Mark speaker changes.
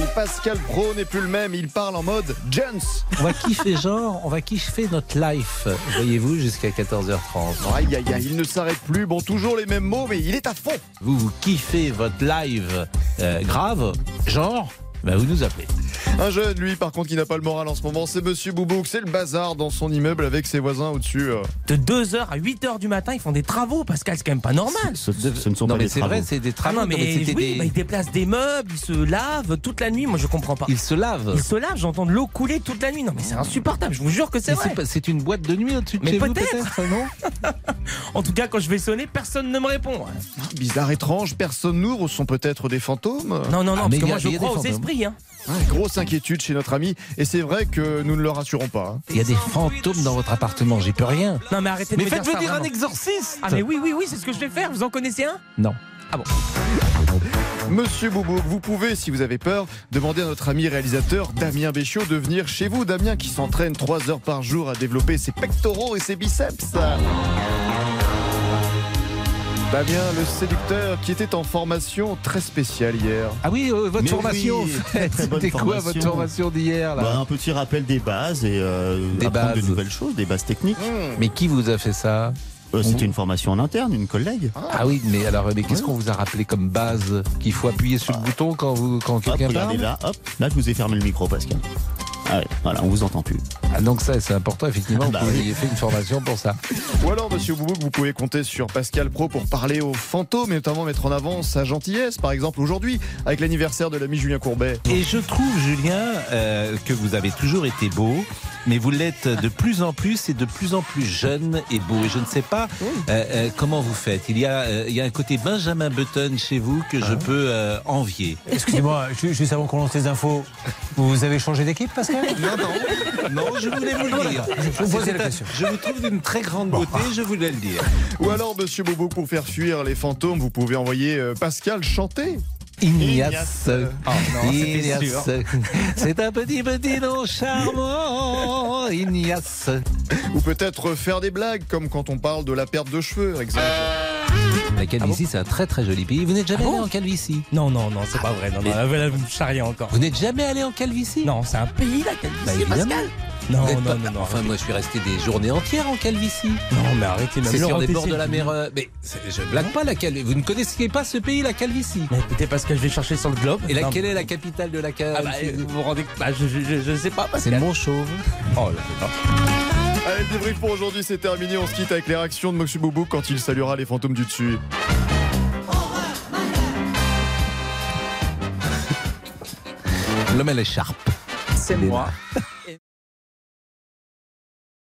Speaker 1: aïe, Pascal Pro n'est plus le même, il parle en mode Jones.
Speaker 2: On va kiffer genre, on va kiffer notre life, voyez-vous, jusqu'à 14h30.
Speaker 1: Aïe aïe aïe, il ne s'arrête plus, bon toujours les mêmes mots, mais il est à fond.
Speaker 2: Vous, vous kiffez votre live euh, grave, genre, bah vous nous appelez.
Speaker 1: Un jeune, lui, par contre, qui n'a pas le moral en ce moment, c'est Monsieur Boubouk, c'est le bazar dans son immeuble avec ses voisins au-dessus. euh.
Speaker 3: De 2h à 8h du matin, ils font des travaux, Pascal, c'est quand même pas normal.
Speaker 4: Ce, ce- ce ne sont
Speaker 2: Non
Speaker 4: pas
Speaker 2: mais
Speaker 4: des
Speaker 2: c'est
Speaker 4: travaux.
Speaker 2: vrai, c'est des
Speaker 3: Ah
Speaker 2: travaux,
Speaker 3: non, mais,
Speaker 2: non, mais c'était
Speaker 3: oui,
Speaker 2: des-
Speaker 3: bah, ils déplacent des meubles, ils se lavent toute la nuit, moi je comprends pas.
Speaker 2: Ils se lavent.
Speaker 3: Ils se lavent, j'entends de l'eau couler toute la nuit. Non, mais c'est insupportable, je vous jure que c'est
Speaker 2: Mais
Speaker 3: vrai.
Speaker 2: c'est pas- C'est une boîte de nuit au-dessus de
Speaker 3: Mais
Speaker 2: chez vous
Speaker 3: peut-être.
Speaker 2: peut-être, non
Speaker 3: En tout cas, quand je vais sonner, personne ne me répond.
Speaker 1: Ah, Bizarre, étrange, personne n'ouvre, ce sont peut-être des fantômes.
Speaker 3: Non, non, non,
Speaker 2: Ah, mais
Speaker 3: parce que
Speaker 2: il y a-
Speaker 3: moi je
Speaker 2: il y a
Speaker 3: crois
Speaker 2: des
Speaker 3: aux
Speaker 2: fantômes.
Speaker 3: esprits. Hein.
Speaker 1: Ouais, Grosse inquiétude chez notre ami, et c'est vrai que nous ne le rassurons pas. hein.
Speaker 2: Il y a des fantômes dans votre appartement, j'y peux rien.
Speaker 3: Non, mais arrêtez
Speaker 2: Mais
Speaker 3: de me
Speaker 2: faites
Speaker 3: dire ça,
Speaker 2: venir un
Speaker 3: vraiment.
Speaker 2: exorciste
Speaker 3: Ah, mais oui, oui, oui, c'est ce que je vais faire, vous en connaissez un
Speaker 2: Non.
Speaker 1: Monsieur Boubouk, vous pouvez, si vous avez peur, demander à notre ami réalisateur Damien Béchiot de venir chez vous. Damien qui s'entraîne 3 heures par jour à développer ses pectoraux et ses biceps. Damien, le séducteur qui était en formation très spéciale hier.
Speaker 2: Ah oui, euh, votre
Speaker 4: Mais
Speaker 2: formation,
Speaker 4: oui,
Speaker 2: en fait,
Speaker 4: très, très bonne
Speaker 2: c'était quoi
Speaker 4: formation.
Speaker 2: votre formation d'hier là
Speaker 4: Bah, un petit rappel des bases et euh,
Speaker 2: Des
Speaker 4: apprendre de
Speaker 2: bases.
Speaker 4: nouvelles choses, des bases techniques.
Speaker 2: Mais qui vous a fait ça
Speaker 4: Euh,
Speaker 2: Mmh.
Speaker 4: C'était une formation en interne, une collègue.
Speaker 2: Ah oui, mais alors, mais qu'est-ce qu'on vous a rappelé comme base Qu'il faut appuyer sur
Speaker 5: Bah.
Speaker 2: le bouton quand, vous,
Speaker 5: Ah,
Speaker 2: quand
Speaker 4: Hop,
Speaker 2: quelqu'un
Speaker 4: regardez
Speaker 2: parle
Speaker 4: là, hop, là je vous ai fermé le micro, Pascal. Ah ouais, voilà, on vous entend plus.
Speaker 2: Ah, Donc ça, c'est important,
Speaker 5: Ah,
Speaker 2: effectivement,
Speaker 4: Bah
Speaker 2: que vous
Speaker 4: oui.
Speaker 2: ayez fait une formation pour ça.
Speaker 1: Ou alors, monsieur Boubouk, vous pouvez compter sur Pascal Pro pour parler aux fantômes et notamment mettre en avant sa gentillesse, par exemple aujourd'hui, avec l'anniversaire de l'ami Julien Courbet.
Speaker 6: Et je trouve, Julien, euh, que vous avez toujours été beau, mais vous l'êtes de plus en plus et de plus en plus jeune et beau. Et je ne sais pas euh, euh, comment vous faites. Il y, a, euh, il y a un côté Benjamin Button chez vous que
Speaker 2: Ah.
Speaker 6: je peux euh, envier.
Speaker 5: Excusez-moi, ju- juste avant qu'on lance les infos, vous avez changé d'équipe, Pascal
Speaker 6: Non, non, non, je voulais vous le dire.
Speaker 5: Je vous posais la
Speaker 6: C'est un-
Speaker 5: question.
Speaker 6: je vous trouve d'une très grande beauté, je voulais le dire.
Speaker 1: Ou alors, monsieur Boubouk, pour faire fuir les fantômes, vous pouvez envoyer euh, Pascal chanter.
Speaker 2: Ignace.
Speaker 5: Oh,
Speaker 6: non, c'était sûr.
Speaker 2: C'est un petit, petit nom charmant. Ignace.
Speaker 1: Ou peut-être faire des blagues, comme quand on parle de la perte de cheveux, par exemple.
Speaker 2: La Calvitie, c'est un très très joli pays. Vous n'êtes jamais allé en Calvitie
Speaker 3: Non, non, non, c'est pas vrai. Non, non, là, vous me charriez encore.
Speaker 2: Vous n'êtes jamais allé en Calvitie
Speaker 3: Non, c'est un pays, la
Speaker 2: Bah,
Speaker 3: Calvitie,
Speaker 2: évidemment.
Speaker 3: Pascal
Speaker 2: Vous
Speaker 3: Non,
Speaker 2: n'êtes
Speaker 3: non,
Speaker 2: pas-
Speaker 3: non, non.
Speaker 2: Enfin, moi, je suis resté des journées entières en Calvitie.
Speaker 3: Non, mais arrêtez, même
Speaker 2: C'est sur
Speaker 3: Laurent
Speaker 2: les bords de
Speaker 3: Tessier
Speaker 2: la
Speaker 3: qui
Speaker 2: mer. euh, Mais c'est- je blague pas la Calvitie. Vous ne connaissez pas ce pays, la Calvitie.
Speaker 3: Mais écoutez, parce que je vais chercher sur le globe.
Speaker 2: Et
Speaker 3: Non,
Speaker 2: laquelle est la capitale de la
Speaker 3: ah bah, euh,
Speaker 2: Calvitie
Speaker 3: vous vous rendez compte bah, je, je, je- je sais pas.
Speaker 2: C'est Montchauve.
Speaker 3: Oh là là.
Speaker 1: Allez, le débrief pour aujourd'hui, c'est terminé. On se quitte avec les réactions de Monsieur Boubouk quand il saluera les fantômes du dessus.
Speaker 2: L'homme à l'écharpe.
Speaker 3: C'est moi.